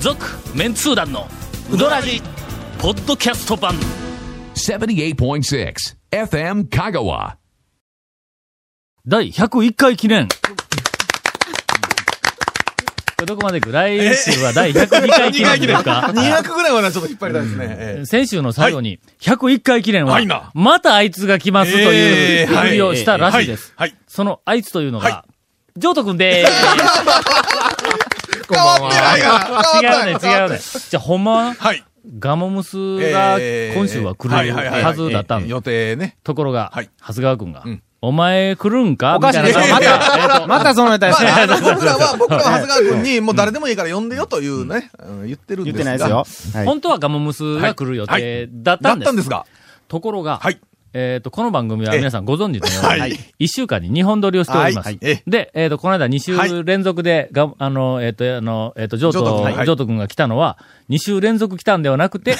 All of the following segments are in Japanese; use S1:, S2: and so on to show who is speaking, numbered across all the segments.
S1: 続メンツー団のウドラジポッドキャスト版
S2: 78.6 FM Kagawa.
S1: 第101回記念これどこまでいく来週は第102回記念ですか
S3: 200ぐらいはねちょっと引っ張りたいですね。え
S1: 先週の最後に、101回記念は
S3: はいな、
S1: またあいつが来ますとい
S3: え
S1: う
S3: ーはい
S1: 振りをしたら
S3: えは
S1: しい
S3: い
S1: です。
S3: はい。
S1: そのあいつというの
S3: は
S1: が、ジョートくんでーす。
S3: 変わってないから
S1: 違うね、違うね。じゃあ、ほんまは、
S3: はい。
S1: ガモムスが
S3: えー
S1: 今週は来るはずだった
S3: えー
S1: の。
S3: 予定ね。
S1: ところが、
S3: はい
S1: 長谷川くんが
S3: ん、
S1: お前来るんか
S4: お
S1: み
S4: か
S1: た
S4: し
S1: い
S4: い
S1: な
S4: でしょ
S1: 感じで。えーと
S4: またそのネタですね
S3: まあ。あの 僕らは、僕らは長谷川君に、もう誰でもいいから呼んでよというね、うん言ってるんで
S4: 言
S3: す
S4: って
S3: が。
S4: ないですよ。。はい。
S1: 本当はガモムスが来る予定だっ
S3: だ
S1: たん
S3: っ
S1: で。
S3: たんですすが。
S1: ところが
S3: はい、
S1: えっと、この番組は皆さんご存知のように、
S3: はい。
S1: 一週間に二本撮りをしております。
S3: はいはい
S1: で、えっ、と、この間二週連続で、が、あの、えっ、と、あの、えっ、と、ジョー
S3: ジョート君
S1: ト、
S3: はい
S1: ジョート君が来たのは、二週連続来たんではなく て、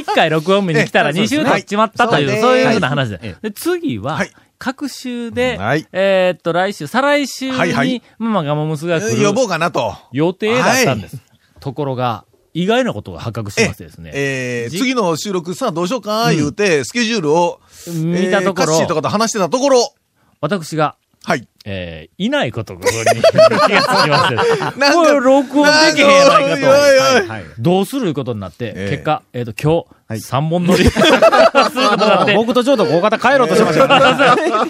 S1: 一回録音日に来たら
S3: ええ
S1: 二週
S3: そうですね
S1: 経っちまったという、
S3: はい
S1: そういう
S3: そうです
S1: ような話で。で、次は、
S3: はい
S1: 各週で、
S3: はい
S1: えっと、来週、再来週に、
S3: はいはい
S1: ママガモムスが来
S3: 呼ぼ
S1: る
S3: うかなと。
S1: 予定だったんです。ところが、意外なことが発覚しましてですね。
S3: えー
S1: じ
S3: 次の収録さあどうしようか、言うて、スケジュールを、
S1: 見たところ
S3: えーカッシーとかと話してたところ、
S1: 私が、
S3: はい。
S1: えー、いないことがここに気がつきまして。
S3: なんか
S1: これ録音できへんやないかと。
S3: なんかおいおいおい
S1: はいはいどうするいうことになって、
S3: ええ
S1: 結果、えっ、と、今
S4: い
S1: 日、三本乗 りすることになって、
S4: 僕とちょうど大方帰ろうとしましたから。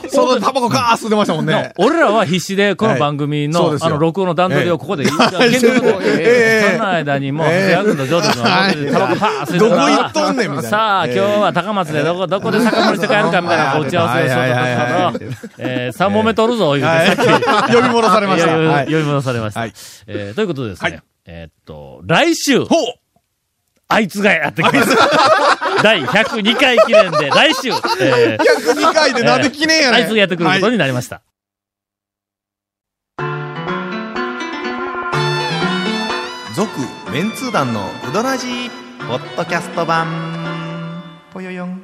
S3: そのタバコガーッ吸ってましたもんね。
S1: 俺らは必死でこの
S3: はい
S1: 番組
S3: そう
S1: の
S3: で、す
S1: あ
S3: よ
S1: の、録音の段取りをここで、現
S3: い
S1: 実で
S3: そうです ええ
S1: その間にもう、
S3: ええ
S1: ジャン君とジョージ君は、タバコパーッ吸い
S3: ど
S1: な
S3: こ
S1: がら
S3: 行っとんねんみたいな。
S1: さあ、
S3: え
S1: 今
S3: ー
S1: 日は高松でどこ、どこで酒盛りして帰るかみたいなこう打ち合わせをしようと思ったところ、えー、3本目取るぞ、言うて、さっき
S3: はい呼び戻されました。
S1: いやいや
S3: はい
S1: 呼び戻されました。
S3: はい
S1: えーということでですね、
S3: はい
S1: えーっと、来週、
S3: ほう
S1: あいつがやってき ます。第102回記念で、来週、えー
S3: !102 回でなんで記念やね
S1: あ
S3: ん。
S1: いつがやってくること
S3: はい
S1: になりました。
S3: 続、メンツー団のうどらじポッドキャスト版。ぽよよん。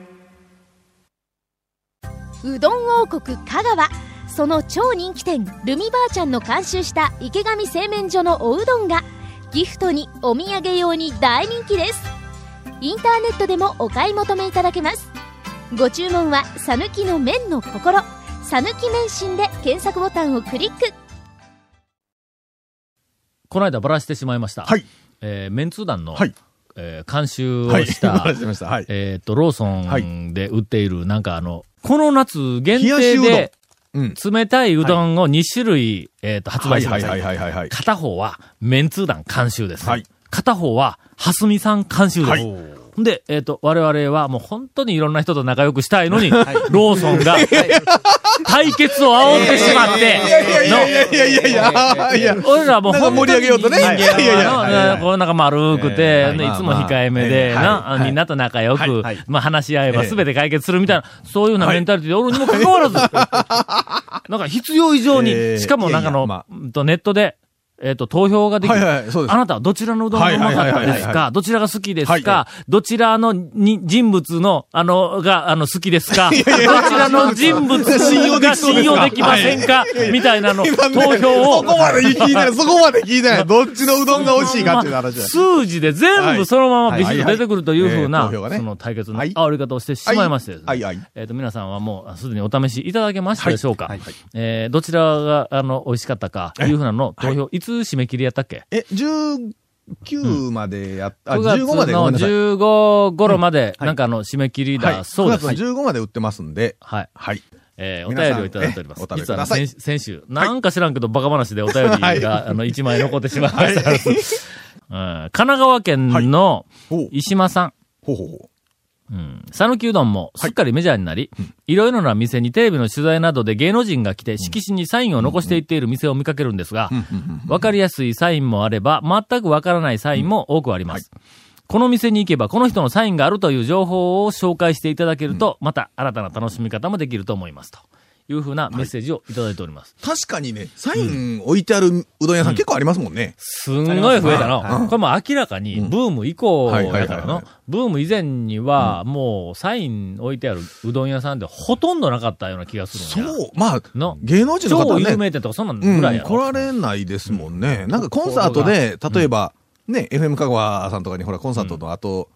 S5: うどん王国香川その超人気店ルミばあちゃんの監修した池上製麺所のおうどんがギフトにお土産用に大人気ですインターネットでもお買い求めいただけますご注文は「さぬきの麺の心」「さぬき麺心」で検索ボタンをクリック
S1: この間バラしてしまいました。
S3: はい
S1: えーメンツー団の、
S3: はい
S1: えー監修を
S3: はい。
S1: した、
S3: お話しました。はい。
S1: えーっと、ローソンで売っている、なんかあの、この夏限
S3: 冷や
S1: 定
S3: しう
S1: で、
S3: どんうん
S1: 冷たいうどんを2種類、えーっと、発
S3: はい
S1: 売し
S3: は
S1: ま
S3: い
S1: した
S3: は。いはいはいはい。
S1: 片方は、メンツー団監修です。
S3: はい
S1: 片方は、はすみさん監修です。
S3: はい
S1: で、えっ、と、我々はもう本当にいろんな人と仲良くしたいのに、ローソンが、対決を煽ってしまっ
S3: い
S1: て
S3: やいやいやいやいやいやいや。
S1: 俺らもう本当に
S3: なんか盛り上げようとね
S1: 人間
S3: はいいやいやはいはい
S1: はなこうなんか丸く
S3: え
S1: て、
S3: ー
S1: ねい
S3: はい
S1: つも控えめで、
S3: まあまあ
S1: な、みんなと仲良く
S3: はい、
S1: まあ話し合えば
S3: ええ
S1: 全て解決するみたいな、そういうようなメンタリティでおるにもかかわら ず、なんか必要以上
S3: え
S1: に、
S3: ー
S1: しかもなんか
S3: い
S1: の
S3: やいやま、
S1: うんとネットで、えっと、投票ができ
S3: はい
S1: る。
S3: はい、そうです
S1: あ。なたはどちらのうどんがうまかった
S3: はいは
S1: で
S3: い
S1: す
S3: はいは
S1: かどちらが好きです
S3: は
S1: かどちらのに人物の、あの、が、あの、好きですかどちらの人物
S3: 信用で
S1: が
S3: きそう
S1: 信
S3: ですか
S1: 用できませんかみたいなの、投票
S3: そ
S1: を
S3: こ。まで聞いてない、そこまで聞いてない。どっちのうどんが美味しいかっていう話だ。
S1: 数字で全部そのままビシッと
S3: はい
S1: 出てくるというふうな、
S3: はいはいえー投票がね
S1: その対決の
S3: はい
S1: 煽り方をしてしまいましてですね。
S3: はいはいはい
S1: えっ、と、皆さんはもうすでにお試しいただけましたでしょうか、
S4: はいはい
S1: えーどちらが、あの、美味しかったか、というふうなの、投票、いつ締め切りやったっけ
S3: え、19までやっ、あ、
S1: 9月
S3: 15までご
S1: の
S3: めんなさい。
S1: 15頃まで、なんかあの、締め切り
S3: はい
S1: だそうです。
S3: 9
S1: はい。
S3: 月の15まで売ってますんで、はい。
S1: えーお
S3: 皆さ
S1: 便り
S3: ん
S1: をいただいております
S3: え。えお食べ
S1: 実
S3: く
S1: は
S3: ださい
S1: 先先週、なんか知らんけど、バカ話でお便りが、
S3: はい
S1: あの、1枚残ってしまいま した。うん神奈川県の
S3: ほう、
S1: 石間さん。
S3: ほうほうほ
S1: 讃岐うどんもすっかりメジャーになり、いろいろな店にテレビの取材などで芸能人が来て色紙にサインを残していっている店を見かけるんですが、わかりやすいサインもあれば、全くわからないサインも多くあります。この店に行けばこの人のサインがあるという情報を紹介していただけると、また新たな楽しみ方もできると思います。というふうなメッセージをいただいております。
S3: う。確かにね、サイン置いてあるうどん屋さん結構ありますもんね。
S1: すんごい増えたの。これも明らかに、ブーム以降
S3: はいはい
S1: だ
S3: は
S1: か
S3: い
S1: らの
S3: はい。
S1: ブーム以前には、もう、サイン置いてあるうどん屋さんでほとんどなかったような気がするんや。
S3: そう、まあ
S1: の、
S3: 芸能人の方
S1: 超
S3: は
S1: 有
S3: ね、
S1: 名店とかそんなん
S3: うん、
S1: ぐらいや
S3: 来
S1: ろ。
S3: られないですもんね。なんかコンサートで、例えば、ね、FM 香川さんとかにほら、コンサートの後、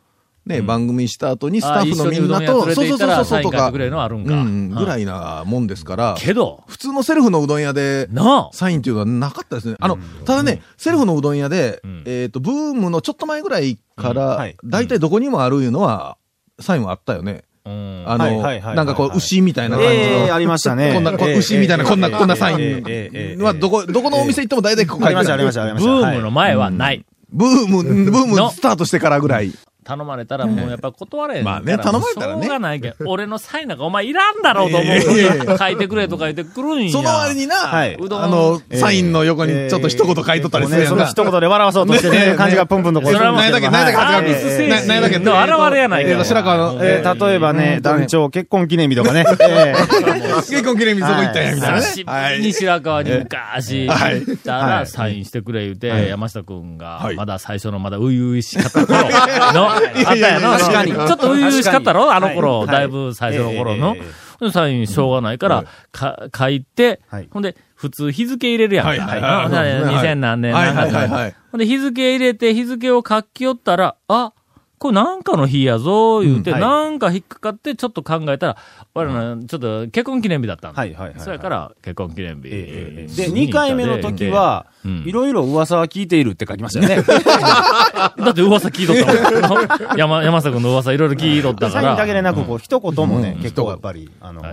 S3: ね、番組した後にスタッフのみんな
S1: あー一緒に
S3: と、
S1: うどん屋連れて行ったらサイン書いてくれるのあるん
S3: う
S1: か
S3: ん、
S1: はい
S3: ぐらいなもんですから、
S1: けど、
S3: 普通のセルフのうどん屋で、
S1: なあ
S3: サインっていうのはなかったですね。あの、ただね、セルフのうどん屋で、
S1: うん
S3: えっ、と、ブームのちょっと前ぐらいから、
S4: はい
S3: 大体どこにもあるいうのは、サインはあったよね。
S1: うん
S3: あ
S4: はいはいはいはいは
S3: の、
S4: い
S3: なんかこう、牛みたいな感じの。
S4: ええありましたね。
S3: こんな、こう
S4: ええ
S3: 牛みたいな、
S4: ええ
S3: こんな、
S4: ええ
S3: こんなサイ
S4: ええええ
S3: ンは、どこ、どこのお店行っても大体ここ
S4: あ
S3: 書いて
S4: りました、ありま
S3: し
S4: し、
S3: た
S4: あり
S1: ブ
S4: ました。
S1: ームの前はない。
S3: ブーム、ブー
S1: の
S3: ムスタートしてからぐらい。
S1: 頼まれたらもうやっぱ断れんから。
S3: まあね頼まれたらね
S1: しょうがないけど、俺のサインなんかお前いらんだろうと思う。
S3: いやいやいや
S1: 書いてくれとか言ってくるんや。
S3: その割にな、
S4: はい
S1: どん
S3: あの、
S4: ええ
S3: サインの横にちょっと一言書いとったりするやん
S4: その
S3: か。
S4: 一言で笑わそうとしてる感じがプンプンとこう。
S1: それはもう
S3: 何やったっけ、何やったっ
S1: は
S3: け、
S1: い
S3: 長
S1: え
S3: 谷川
S1: え
S3: 君何やったっけ、
S1: の表れやないか
S3: えっと白川の、
S4: え
S3: え
S4: ー、例えばね、団長結婚記念日と かね。え
S3: ー結婚記念日そこ行ったんや、みたいなね
S1: 久し。ぶ
S3: は
S1: りに
S3: い。
S1: 白川に昔、
S3: は
S1: 行
S3: い
S1: った
S4: は
S1: ら
S4: い
S1: サインしてくれ言うて、山下くんが
S3: は、い
S1: まだ最初のまだ初々しかった頃の、あった
S3: いや
S1: や
S3: いや
S1: な。
S3: 確かに
S1: ちょっと初々しかったろあの頃、
S4: はい
S1: だいぶ最初の頃の
S4: ええ。
S1: でサインしょうがないから、か書いて
S4: はい、
S1: ほんで、普通日付入れるやんか。
S3: はいはい
S1: な
S3: はい
S1: ほんで
S3: そうですね
S1: 2000何年
S3: は
S1: 何
S3: い
S1: だ
S3: はい
S1: か
S3: はいはい。
S1: ほんで、日付入れて、日付を書きよったら、あ、これなんかの日やぞ、言うて、
S4: うんは
S1: な
S4: い
S1: んか引っかかって、ちょっと考えたら、俺らの、ちょっと結婚記念日だったんだ。
S4: はいはいはいはい
S1: そやから、結婚記念日。
S4: えで、2回目の時は
S1: うん、
S4: いろいろ噂は聞いているって書きましたよね。
S1: だって噂聞いとったもん。山、山下君の噂いろいろ聞いとったか
S4: サインだけで
S1: ら。
S4: なく、こう、一言もね
S3: う、ん
S4: 結構やっぱり、あの、
S1: はい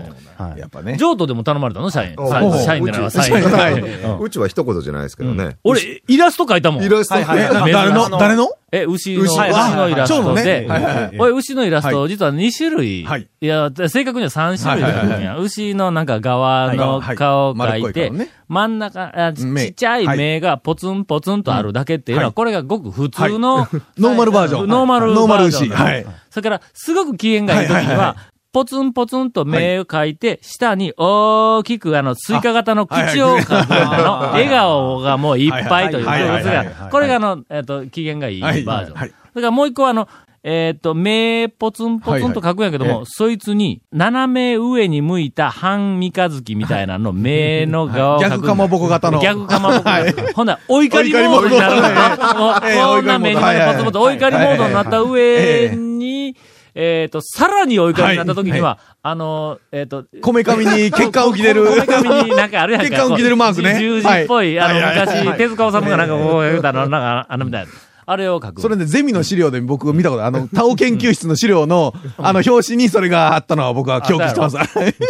S4: はい
S3: やっぱね。
S1: 譲渡でも頼まれたの社員。社員
S3: おう
S1: 社員じゃないわ、社員。
S6: うちは一言じゃないですけどね。
S1: 俺、イラスト描いたもん
S6: イ。ラスト
S4: はいはいはい
S3: 誰
S1: あ
S3: の
S4: の
S3: 誰の
S1: え、牛の、牛
S3: 牛はい
S1: のイラスト
S3: 蝶の
S1: で
S3: ねはいはいは、
S1: 俺、牛のイラスト、実は2種類
S3: はい。
S1: いや、正確には3種類あるん
S3: はいはい
S1: や。牛のなんか側の
S3: はい
S1: 顔を
S3: 丸っ
S1: 描
S3: こ
S1: い
S3: い
S1: て
S3: 顔ね、
S1: 真ん中、あち
S3: 目
S1: ちっちゃい
S3: はい
S1: 目がポツンポツンとあるだけっていうの
S3: は
S1: は、
S3: い
S1: これがごく普通の、
S3: ノーマルバージョン。
S1: ノーマル
S3: ノーマ
S1: バー
S3: ル
S1: ジョン
S3: 牛。はい。
S1: それから、すごく機嫌がいい時
S3: はい
S1: に
S3: はいは
S1: は、ポツンポツンと目を描いて、下に大きくあの、スイカ型の口を描くようなの、笑顔がもういっぱいという。
S3: はいはいはい
S1: それ
S3: はい
S1: がこれがあの、えっと、機嫌がいいバージ
S3: は
S1: ョ
S3: い
S1: ン。そ
S3: は
S1: れ
S3: い
S1: からもう一個はあの、えっと、目ポツンポツンと描くんやけど
S3: はいは
S1: も、そいつに、斜め上に向いた半三日月みたいなの、目の側を描くんだ。
S3: 逆かまぼこ型の。
S1: 逆かまぼこが。ほんなら、お怒りモードになるんだ。
S3: ええ
S1: もうこんな目にまでポツポツ、お
S3: はい
S1: 怒
S3: は
S1: り
S3: い
S1: モ
S3: はい
S1: ードになった上に、えっと、さらにお怒りになった時には、あの、えっと、
S3: こめかみに血管を切れる。
S1: こめかみになんかあるやんか。
S3: 血管を切れるマークね
S1: こう十字っぽい、
S3: はい
S1: あ
S3: はいはい
S1: の、昔、手塚治虫がなんかこうやったの、なんか、あの、みたいな。あれを書く。
S3: それでゼミの資料で僕が見たことあるあの、タオ研究室の資料の、あの、表紙にそれがあったのは僕は記憶してます。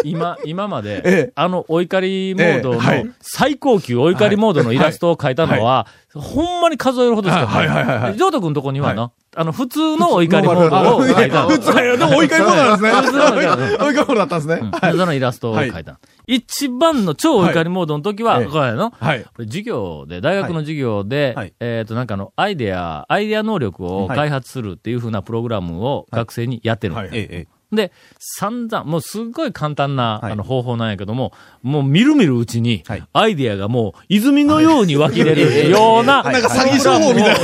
S1: 今、今まで、
S3: ええ
S1: あの、お怒りモード
S3: ええ
S1: の
S3: はい、
S1: 最高級お怒りモードのイラストを描いたのは、ほんまに数えるほどしか
S3: はいはいはい
S1: な。
S3: はいい
S1: ジョート君のとこにはな、あの、普通のお怒りモードを描いたの。
S3: 普通、でも追い返り物なんですね。
S1: 普通のだね
S3: 追い返り物だったんですね。
S1: うんそのイラストを描いたの。一番の超お怒りモードの時は、
S3: はい
S1: これの、
S3: はい。
S1: これ授業で、大学の授業で、
S4: はい
S1: えっ、と、なんかあの、アイデア、アイデア能力を開発するっていうふうなプログラムを学生にやってるの。
S3: はい。
S4: ええ、
S1: で、散々、もうすっごい簡単な、
S4: はい
S1: あの方法なんやけども、もうみるみるうちに、
S4: はい
S1: アイディアがもう泉のように湧き出るよう な、
S4: はいなん
S3: か詐欺商法みたい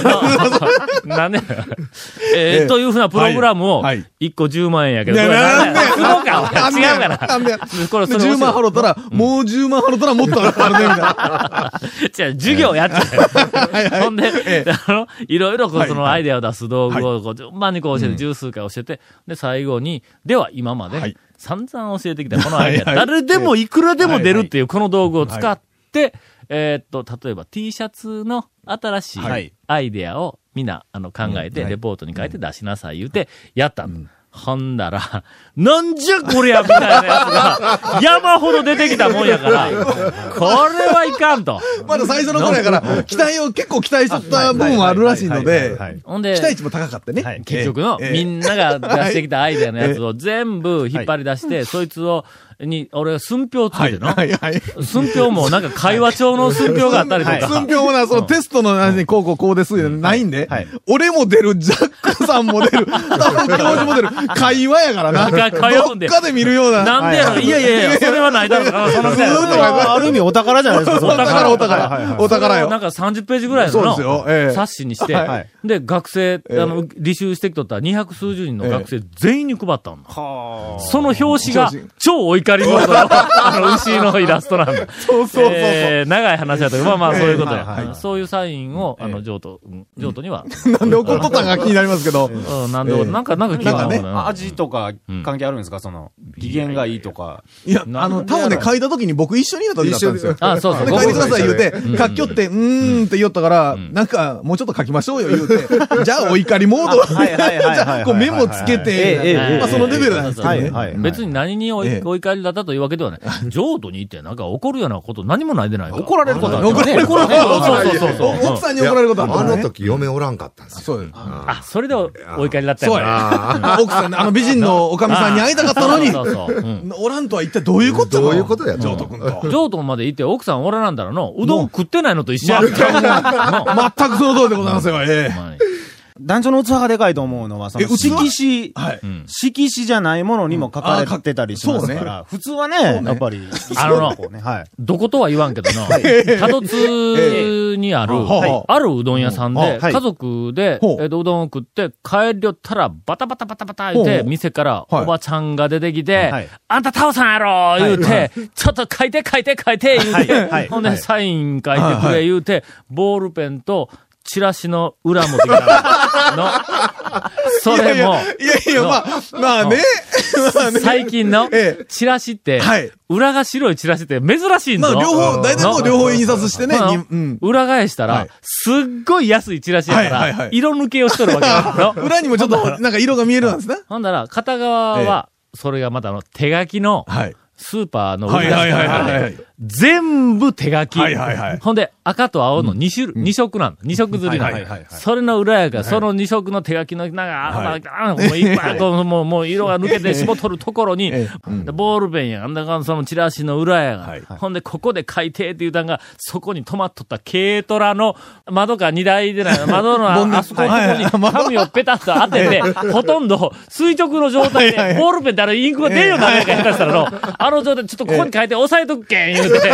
S1: な。なんで、 えー
S3: ええ
S1: というふうなプログラムを
S3: はいはい、
S1: 1個10万円やけど、
S3: いや
S1: これ
S3: なんで
S1: すごか
S3: なんで
S1: 違うから。
S3: なんで
S1: これ、
S3: で
S1: それ
S3: 10万
S1: 面白い
S3: 払ったら、もう10万払ったらもっとあるね、みたいな。
S1: じゃあ、授業やってたよ。ほんで、あの、いろいろこう、
S3: はい
S1: そのアイデアを出す道具を、こう、順番にこう教えて、十数回教えて、で、最後に、では、今ま
S3: は
S1: で
S3: い、
S1: 散々教えてきた、このアイデア、
S3: はいはい
S1: 誰でもいくらでも出るっていう、この道具を使って、えーっと、例えば T シャツの新し
S4: はいい
S1: アイデアを、みんな、あの、考えて、レポートに書いて出しなさい、言うて、やったの。ほんなら、なんじゃこりゃみたいなやつが、山ほど出てきたもんやから、これはいかんと。
S3: まだ最初の頃やから、期待を結構期待しとった部分はあるらしいので、
S1: ほんで
S3: 期、待値も高かったね。
S4: はい
S1: 結局の、
S3: ええ
S1: みんなが出してきたアイデアのやつを全部引っ張り出して、そいつを、に、俺が寸評つ
S3: はいい。
S1: ての、
S3: はい。はい。
S1: 寸評もなんか会話帳の寸評があったりとか、
S3: 寸評もな、そのテストの何にこうこうこうですよねないんで
S4: はい、
S3: 俺も出る、ジャックさんも出る、タオ教授も出る、会話やからな。
S1: なんか通
S3: ど
S1: うん
S3: っ
S1: で
S3: かで見るような。
S1: なんでやろ、いやいやいや、それはないだろうな、そのぐらい
S3: ずーっと
S1: やろ
S3: 書い
S4: ある意味お宝じゃないですか、
S3: お宝、お宝、お宝
S1: なん
S3: よ。
S1: か30ページぐらいの
S3: そうですよええ
S1: 冊子にして、
S4: はい
S1: で、学生、あ
S3: え
S1: の、履修してきとった200数十人の学生全員に配ったの。その表紙が
S3: 表紙
S1: 超お怒怒りモードの、あの、牛のイラストなんだ。
S3: そうそうそうそう。
S1: えー長い話だったけど、まあまあ、そういうこと
S4: ええはいは
S1: や。そういうサインを、あの、譲渡、うん譲渡に は。
S3: なんで怒っとったんが気になりますけど。
S1: うん、なんで、
S3: ええ
S1: なんか、なんか聞いた
S3: なんかね
S1: こと
S4: あ
S1: ある
S4: 味とか関係あるんですかその、機嫌がいいとか。
S3: いや、
S1: な
S3: あの、タオね、書いた時に僕一緒にいた時だったんですよ。
S1: あ、そうそう。
S3: で、
S1: ご
S3: 書
S1: め
S3: い
S1: ん
S3: て
S1: な
S3: く
S1: さい
S3: ださい言うて
S1: ん、
S3: 書きよって、うーんって言ったから、
S1: ん
S3: なんか、もうちょっと書きましょうよ言うて、じゃあお怒りモード
S4: あはいはいはいはい
S3: じゃあ、こうメモつけ
S4: ええええ
S3: て、まあそのレベルなんですけどね。
S4: はい
S1: 別に何におい
S3: ええ
S1: お怒りだったというわけではない。譲渡に行ってなんか怒るようなこと何もないでないか。
S4: 怒られることは
S3: 怒られること
S1: そうそうそうそう
S3: お奥さんに怒られることあ
S6: あ
S3: った
S6: の
S3: ね。
S6: 時嫁おらんかったんですよ。
S3: そうよ
S1: あ、それでおお怒りだった
S3: そう
S1: ね
S3: や。奥さん、あの美人のおかみさんに会いたかったのに、
S1: そうそうそう。うん
S3: おらんとは一体どういうこと
S6: どういうことやと
S3: 譲渡君と。
S1: 譲渡まで行って奥さんおらなんだらの、うどん食ってないのと一緒やんか。の
S3: 全くその通りでございますよ。え
S1: ほんまに
S4: 男女の器がでかいと思うのは、その、
S3: え器
S4: 色紙、
S3: え。はい。
S1: うん
S4: 色紙じゃないものにも書かれてたりします
S3: うん
S4: か
S3: あ
S4: ら、普通はね、
S3: うね
S4: やっぱり、
S1: あの
S4: こうね、はい。
S1: どことは言わんけ どな、多度津にある、
S3: はい
S1: はいあるうどん屋さんで、
S4: は
S1: 家
S4: い
S1: 族で、
S3: ほう
S1: えっと、うどんを食って、帰りよったら、バタバタバタバタ言うて、
S3: ほう
S1: 店から
S3: はい
S1: おばちゃんが出てきて、
S4: はい
S1: あんたタオさんやろ言うて、ちょっと書いて書いて書いて言うて、
S4: はいはい
S1: ほんで、
S4: はい
S1: サイン書いてく
S3: はいは
S1: れ
S3: い
S1: 言うて、ボールペンと、チラシの裏もできた の。それも。
S3: いやいやいやいや、まあ、まあね。まあね。
S1: 最近の
S3: ええ
S1: チラシって、
S3: はい
S1: 裏が白いチラシって珍しいん
S3: ま
S1: だよ。
S3: あ両方、大体もう両方印刷してね。
S1: まあ
S3: にうん
S1: 裏返したら、
S3: はい
S1: すっごい安いチラシやから、
S3: はいはい はい
S1: 色抜けをしとるわけだよ。
S3: 裏にもちょっと、なんか色が見えるんですね。
S1: ほんだら、片側は、それがまたあの手書きの、
S3: はい。
S1: スーパーの売
S3: は
S1: り
S3: い
S1: 出し
S3: はいはい
S1: か
S3: はい
S1: ら
S3: は
S1: ね
S3: い。
S1: 全部手書き。
S3: はいはいはい
S1: ほんで、赤と青の2種、二色なんだ。2色ずりなんだ。
S4: はいはいはいはい
S1: それの裏やから、その2色の手書きの、なんか、
S3: は
S1: ああもういっぱい、こうもう、もう色が抜けて絞っとるところに、
S3: ええ
S1: でボールペンや、あんだかんそのチラシの裏やが、
S3: はい
S1: ほんで、ここで書いてっていう段が、そこに止まっとった軽トラの窓か荷台でない、窓の
S3: ボン
S1: あ
S3: ネット
S1: あそこの
S3: はい
S1: とこに紙をペタッと当てて、ほとんど垂直の状態
S3: はい
S1: で、
S3: はい
S1: ボールペンってあれインクが出るようになるやんか、下手したらの。あの状態でちょっとここに書いて、押さえとくけん、言うて、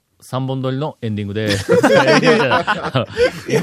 S1: 三本撮りのエンディン グです。インフ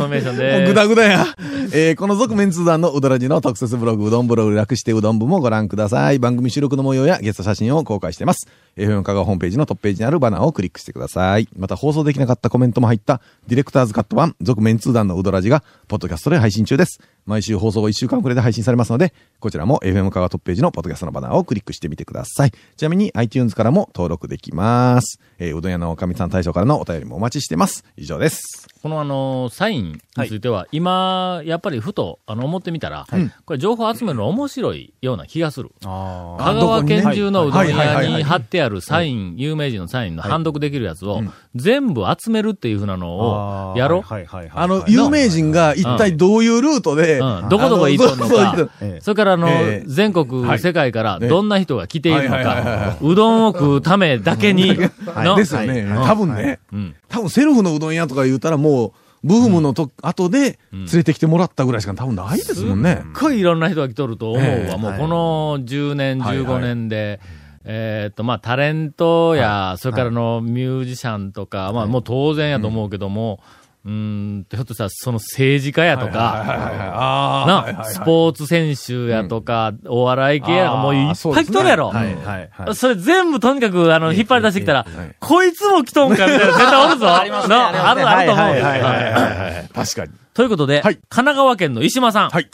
S1: ォメーション
S3: もう
S1: で
S3: ぐ
S1: す。
S3: だぐだや。えーこの続面通談のうどらじの特設ブログ、うどんブログ略してうどん部もご覧ください。番組収録の模様やゲスト写真を公開しています。FM 香川ホームページのトップページにあるバナーをクリックしてください。また放送できなかったコメントも入ったディレクターズカット版、続面通談のうどらじが、ポッドキャストで配信中です。毎週放送後1週間遅れで配信されますので、こちらも FM 香川トップページのポッドキャストのバナーをクリックしてみてください。ちなみに iTunes からも登録できます。えーうどん屋のおかみさん大将からのお便りもお待ちしてます。以上です。
S1: このあの、サインについては、今、やっぱりふと、あの、思ってみたら、これ情報集めるの面白いような気がする。
S4: あ
S1: 香川県中のうどん
S3: はい
S1: 屋
S3: はいは
S1: に
S3: い
S1: 貼ってあるサイン、有名人のサインの判読できるやつを、全部集めるっていうふうなのを、やろう。
S4: はいはいはいはい。
S3: あの、有名人が一体どういうルートで、
S1: うん、どこどこ行っとんの
S3: あそう
S1: か
S3: そう
S4: ええ、
S1: それからあの、
S3: ええ
S1: 全国、
S3: はい
S1: 世界から
S3: ええ
S1: どんな人が来ているの
S3: はいはいはい
S1: か
S3: は、
S1: うどんを食うためだけに、の
S3: ですよね。多分ね、
S1: うん
S3: 多分セルフのうどん屋とか言うたらもう、ブームのと、後で連れてきてもらったぐらいしか多分ないですもんね。
S1: すっごいいろんな人が来とると思うわ。
S3: ええ
S1: もうこの10年、
S3: はい
S1: 15年で、えーっと、まあ、タレントや、それからのミュージシャンとか、まあ、もう当然やと思うけども、うーん、ひょっとしたらその政治家やとか、
S3: はいはいはいあー
S1: な、
S3: はいはいはい
S1: スポーツ選手やとか、お笑い系や、もういっぱい来とるやろ。
S4: はいはいはい。
S1: それ全部とにかく、あの、引っ張り出してきたら
S3: はい、
S1: こいつも来とんかみたいな、絶対お るぞ。ありますね。ある、あると思うよ
S4: はいはいはいはい
S1: はい。
S3: 確かに。
S1: ということで、
S3: はい
S1: 神奈川県の石間さん。
S3: はい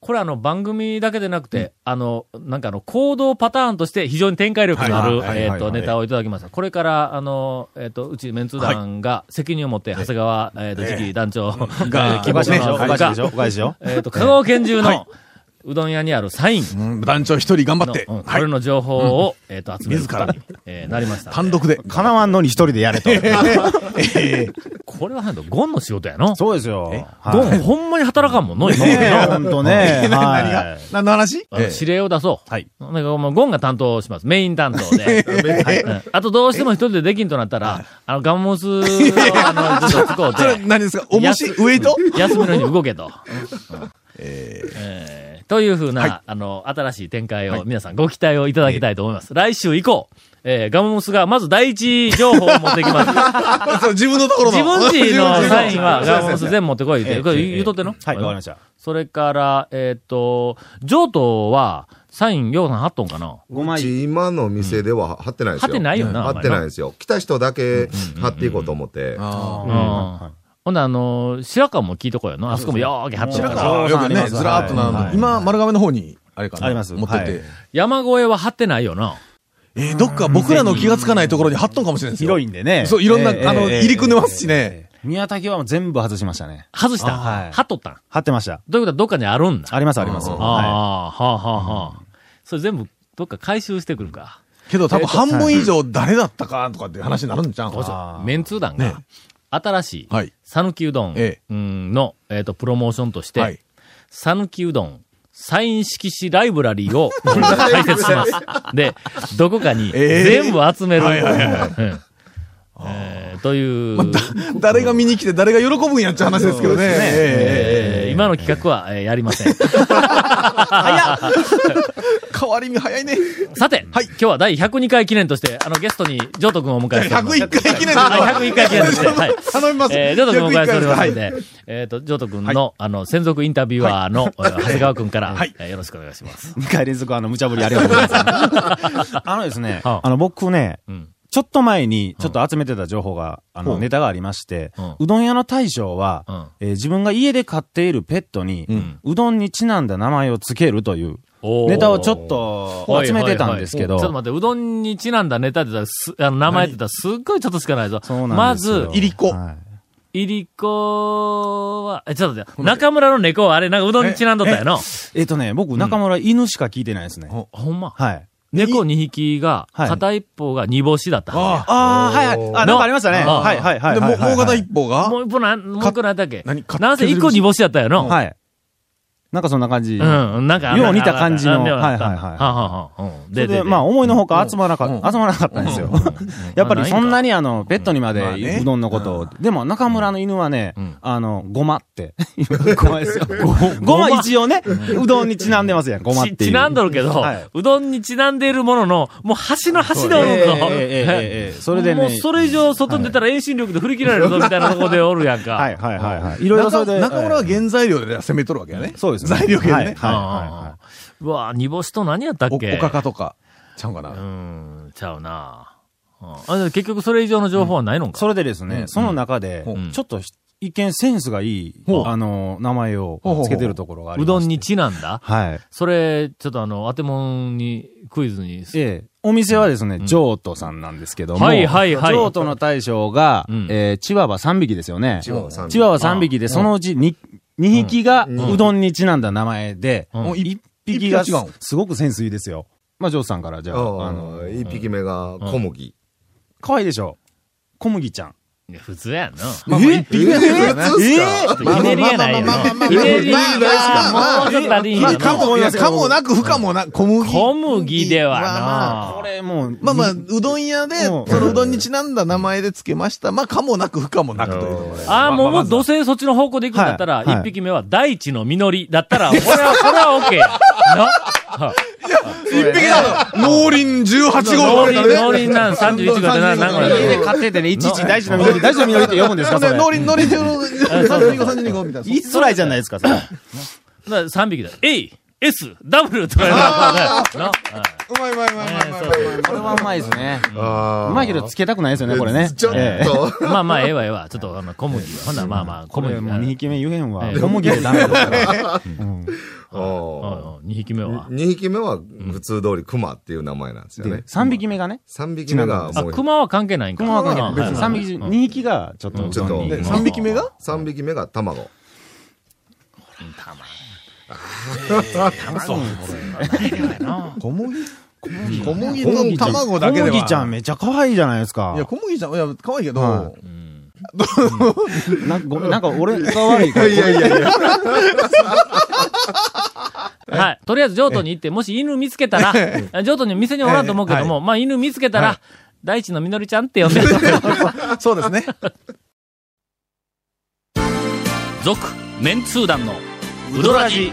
S1: これあの番組だけでなくて、あの、なんかあの行動パターンとして非常に展開力のある、
S3: はいはい
S1: えっ、
S3: はい
S1: と、
S3: はい
S1: ネタをいただきました。これから、あの、えっ、と、うちメンツ団が責任を持って、長谷川、えっ、と、次期団長が、希望
S4: おかしいでし
S1: の
S4: ょおかしいでしょ
S1: が、
S4: おかしいでしょ
S1: えっ、と、香川県中
S3: は
S1: のうどん屋にあるサイン
S3: うん団長一人頑張
S1: の、
S3: って。
S1: うんこ
S3: はい
S1: れ。の情報を、えっ、と、集めること
S3: 自
S1: に、えーなりました。
S3: 単独で。
S4: 叶わんのに一人でやれと。
S1: これはなんとゴンの仕事やの。
S4: そうですよ。
S1: ゴ
S4: は
S1: ン、ほんまに働かんもんの、今ま
S4: い。
S1: で
S4: ねえ、
S1: の。
S4: ほんと ね。
S3: 何が
S4: はい
S3: 何の話
S1: あの指令を出そう。
S4: はい
S1: なんかもうゴンが担当します。メイン担当で。はいうんあとどうしても一人でできんとなったら、あの、ガンモスを、あの、ちょっと使う
S3: それ
S1: て。
S3: 何ですかおもし、
S1: 安
S3: ウエイ ト
S1: 休みの日に動けと。えーというふうな、あの、新しい展開を皆さんご期待をいただきたいと思います。来週以降、えーガンモスがまず第一情報を持ってきます。
S3: そう 自分のところ
S1: 自
S3: の。
S1: 分ちのサインは
S3: 自分
S1: ガンモス全部持ってこいって、これ言うとっての
S4: はい、わかりました。
S1: それから、えっ、と、譲渡は、サイン、ようさん貼っとんかな
S4: 5
S6: う
S4: 枚。
S6: ち今の店では貼ってないですよ。
S1: 貼ってないよな
S6: 貼ってないですよ。来た人だけ貼っていこうと思って。
S3: あ
S1: うん。ほんで、あのー白川も聞いとこうよな。あそこもよーけ貼っと
S3: ー
S1: る
S3: 白
S1: から。
S3: 川よくね、ずらーっとな
S4: は
S3: る
S4: い
S3: 今、丸亀の方に、あれかな。
S4: あります
S3: 持ってって
S4: はい。
S1: 山越えは貼ってないよな。
S3: えー、どっか僕らの気がつかないところに貼っとんかもしれないですよ。
S4: 広いんでね。
S3: そういろんなあの入り組んでますしね。
S4: ええ宮崎はもう全部外しましたね。
S1: 外した。
S4: あはい
S1: 貼っとったん。
S4: 貼ってました。
S1: ということは、どっかにあるんだ。
S4: あります、あります。
S1: あ
S4: は
S1: あー、はあ、はあ、はあ。それ全部、どっか回収してくるか。
S3: けど多分半分以上誰だったかとかっていう話になるんじゃん。
S1: どうしよう
S4: あー
S1: メンツー団が、新しい
S3: はい、
S1: 讃岐うどん
S3: ええ
S1: うんの、えっ、と、プロモーションとし
S3: はい
S1: て、讃岐うどん、サイン色紙ライブラリーを開設し ます。で、どこかに
S3: ええ
S1: 全部集める。
S3: はいはいは
S1: うんえーという、
S3: 誰が見に来て誰が喜ぶんやっちゃう話ですけどね。
S1: え
S3: え
S1: ー今の企画は、えーやりま せん。
S3: ー変わり身早い ね。
S1: さて、今日は第102回記念として、あの、ゲストに、ジョート君をお迎えしております。
S3: 101回記念で
S1: はい101回記念と して、はい。
S3: 頼みます。
S1: えー、ジョート君をお迎えしておりますの
S3: はい
S1: で、えっと、ジョート君の、あの、専属インタビュアーの、えー長谷川君から、
S3: はい
S1: えーよろしくお願いします。
S4: い。2回連続あの、無茶ぶりありがとうございます。 あのですね、
S1: は
S4: あの、僕ね
S1: ん、
S4: ちょっと前に、ちょっと集めてた情報が、あ
S1: ほう
S4: の、ネタがありまして
S1: うん、
S4: うどん屋の大将は
S1: うん、
S4: えー自分が家で飼っているペットに、
S1: ん
S4: うどんにちなんだ名前を付けるという、ネタをちょっと集めてたんですけど
S1: ちょっと、待って、うどんにちなんだネタって言ったら、すあの名前って言ったら、すっごいちょっとしかないぞ。
S4: そうな
S1: ま
S4: んですよ
S1: ず、
S3: いりこ
S4: はい
S1: りこは、え、ちょっと待って、中村の猫はあれ、なんかうどんにちなんどったやの。
S4: えっとね、僕、中村犬しか聞いてないですね。
S1: ほんま。
S4: はい。
S1: 猫2匹が、
S4: はい
S1: 片一方が煮干しだったはずや。
S3: あ
S4: ああ、はいはい。あ、なんかありましたね。
S1: のあー
S4: はいはいは
S3: あ。
S4: い。
S3: で、もも
S4: はいは
S3: う
S4: い
S3: 片一方が
S1: もう一歩なん、もう一個なんだっけ
S3: 何か
S1: なんせ一個煮干しやったよな。
S4: はい。なんかそんな感じ。
S1: うん、なんか。
S4: よう似た感じ
S1: な
S4: の
S1: んかなんか
S4: はいはいはい
S1: はあはあはあうん
S4: で、
S1: で、
S4: で、
S1: で、
S4: まあ、
S1: ま
S4: 思いのほか集まらなかった、集まらなかったんですよ。 やっぱりそんなにあの、ベッドにま
S3: まあね
S4: でうどんのことを。でも、中村の犬はね、あの、ごまって。ごまですよ。ごま一応ね、うどんにちなんでますやん、ごま
S1: あ、
S4: ってい
S1: ち
S4: う。
S1: ちなんどるけど
S4: はいう
S1: どんにちなんでいるものの、もう端の端でお
S4: ええ
S1: る
S4: え
S1: ぞ。
S4: えええええそれで
S1: もう
S4: ね。
S1: それ以上外に出たら遠心力で振り切られるぞみたいなとこでおるやんか。
S4: はいはいはいはい。いろいろそ
S3: 中
S4: れで。
S3: 中村は
S4: ええ
S3: 原材料で攻めとるわけやね。
S4: そうですね。
S3: 材料系で
S4: はいは
S3: ね
S4: い。
S1: うん。
S4: は
S1: うわ煮干しと何やったっ
S3: おお
S1: け
S3: かかとか。ちゃうか
S1: う
S3: な。
S1: ん、ちゃうな。うんあ結局それ以上の情報はないの
S4: い。
S1: か。
S4: それでですね、その中で
S1: ん、
S4: ちょっと一見センスがいい、
S3: ほう
S4: あの、名前を
S3: ほうほうほう
S4: つけてるところがあり
S1: う
S4: ま
S1: ど
S4: して
S1: んにちなんだ
S4: はい。
S1: それ、ちょっとあの、当てもんに、クイズにす。
S4: ええ。お店はですね、譲渡さんなんですけども。
S1: はいはいはい
S4: 譲渡の大将が
S1: うん、
S4: えーチワワ3匹ですよね。
S6: チワワ三匹
S4: チワワ3匹で、そのうち 2, 2匹がうどんにちなんだ名前で、
S1: うん
S3: もう一
S4: 1匹が
S3: 一
S4: す
S3: 匹は違うん
S4: すごくセンスいいですよ。まあ、譲渡さんから、じゃあ、あの、
S6: ああ、一匹目が小麦。
S4: 可愛いでしょ。小麦ちゃん。
S1: いや普通やんな。
S3: まあまあ一匹目やからね。
S1: ひねりやないよな。ひねりが、もうちょっとありん
S3: ま
S1: や
S3: あ、か
S1: な。
S3: も、いや、かもなく不可もなく、小麦。
S1: 小麦では
S4: こ
S1: な。
S4: れもう、
S3: まあまあ、うどん屋で、
S4: う
S3: そ
S4: ん
S3: のうどんにちなんだ名前で付けました。まあ、かもなく不可もなくというところで。
S1: ああ、もう、もう、土星そっちの方向で行くんだったら、
S4: はいはい
S1: 一匹目は大地の実りだったら、これは、これは OK や。
S3: 一匹だろ農林18号
S1: 農
S3: だ
S1: 林、
S3: から
S1: 農
S3: ね。
S1: 林なん、31号でな、なんか
S4: 家で
S1: ね、
S4: 買っててね、いちいち大事な緑、大事な緑って呼ぶんですか、そ れ。
S3: 農林、農林、32号、32号みたいな。
S4: 言いづらいじゃないですか、それ。
S1: 3匹だ。えい S、W とかやる な。
S3: うまいうまいうまいうまいうまいうまいうまい。
S4: これはうまいですね。
S6: あ
S4: うまいけどつけたくないですよね、これね。
S6: ちょっと、
S4: ええ
S1: まあまあ、ええわ、ええわ。ちょっと、あの、小麦。ほんならまあまあ、小
S4: こ
S1: 麦
S4: れ、
S1: が。
S4: もう
S1: う
S4: 2
S1: ん
S4: 匹目言えんわ
S1: ええ。
S4: 小麦でダメだから。
S6: あ
S1: うん二匹目は
S6: あ。。2匹目は普通通り熊っていう名前なんですよね。
S4: 3匹目がね。
S6: 3匹目が
S1: あ、
S6: もう、
S1: 熊は関係ないんか。
S4: 熊は関係ない。別
S1: うん
S4: に3匹中、2匹がちょっとう
S6: ちょっ
S4: ど
S6: と
S4: んに。
S6: で
S3: 3匹目が
S6: 3匹目が卵。
S4: そう
S3: 小麦
S1: 小
S3: 麦
S4: 小麦ちゃん小麦ちゃん
S3: い
S4: めっちゃ可愛いじゃないですか
S3: や、。小麦ちゃん、いや、可愛いけど、
S4: はなんかごめん、なんか俺が悪い
S6: い
S4: か
S6: や
S4: ら。
S6: いやいやいや、
S1: はい。とりあえず、譲渡に行って、もし犬見つけたら、あ譲渡に店におらんと思うけども、まあ犬見つけたら、大地のみのりちゃんって呼んでる。
S3: そうですね。
S1: 続、メンツー団の、ウドラジ、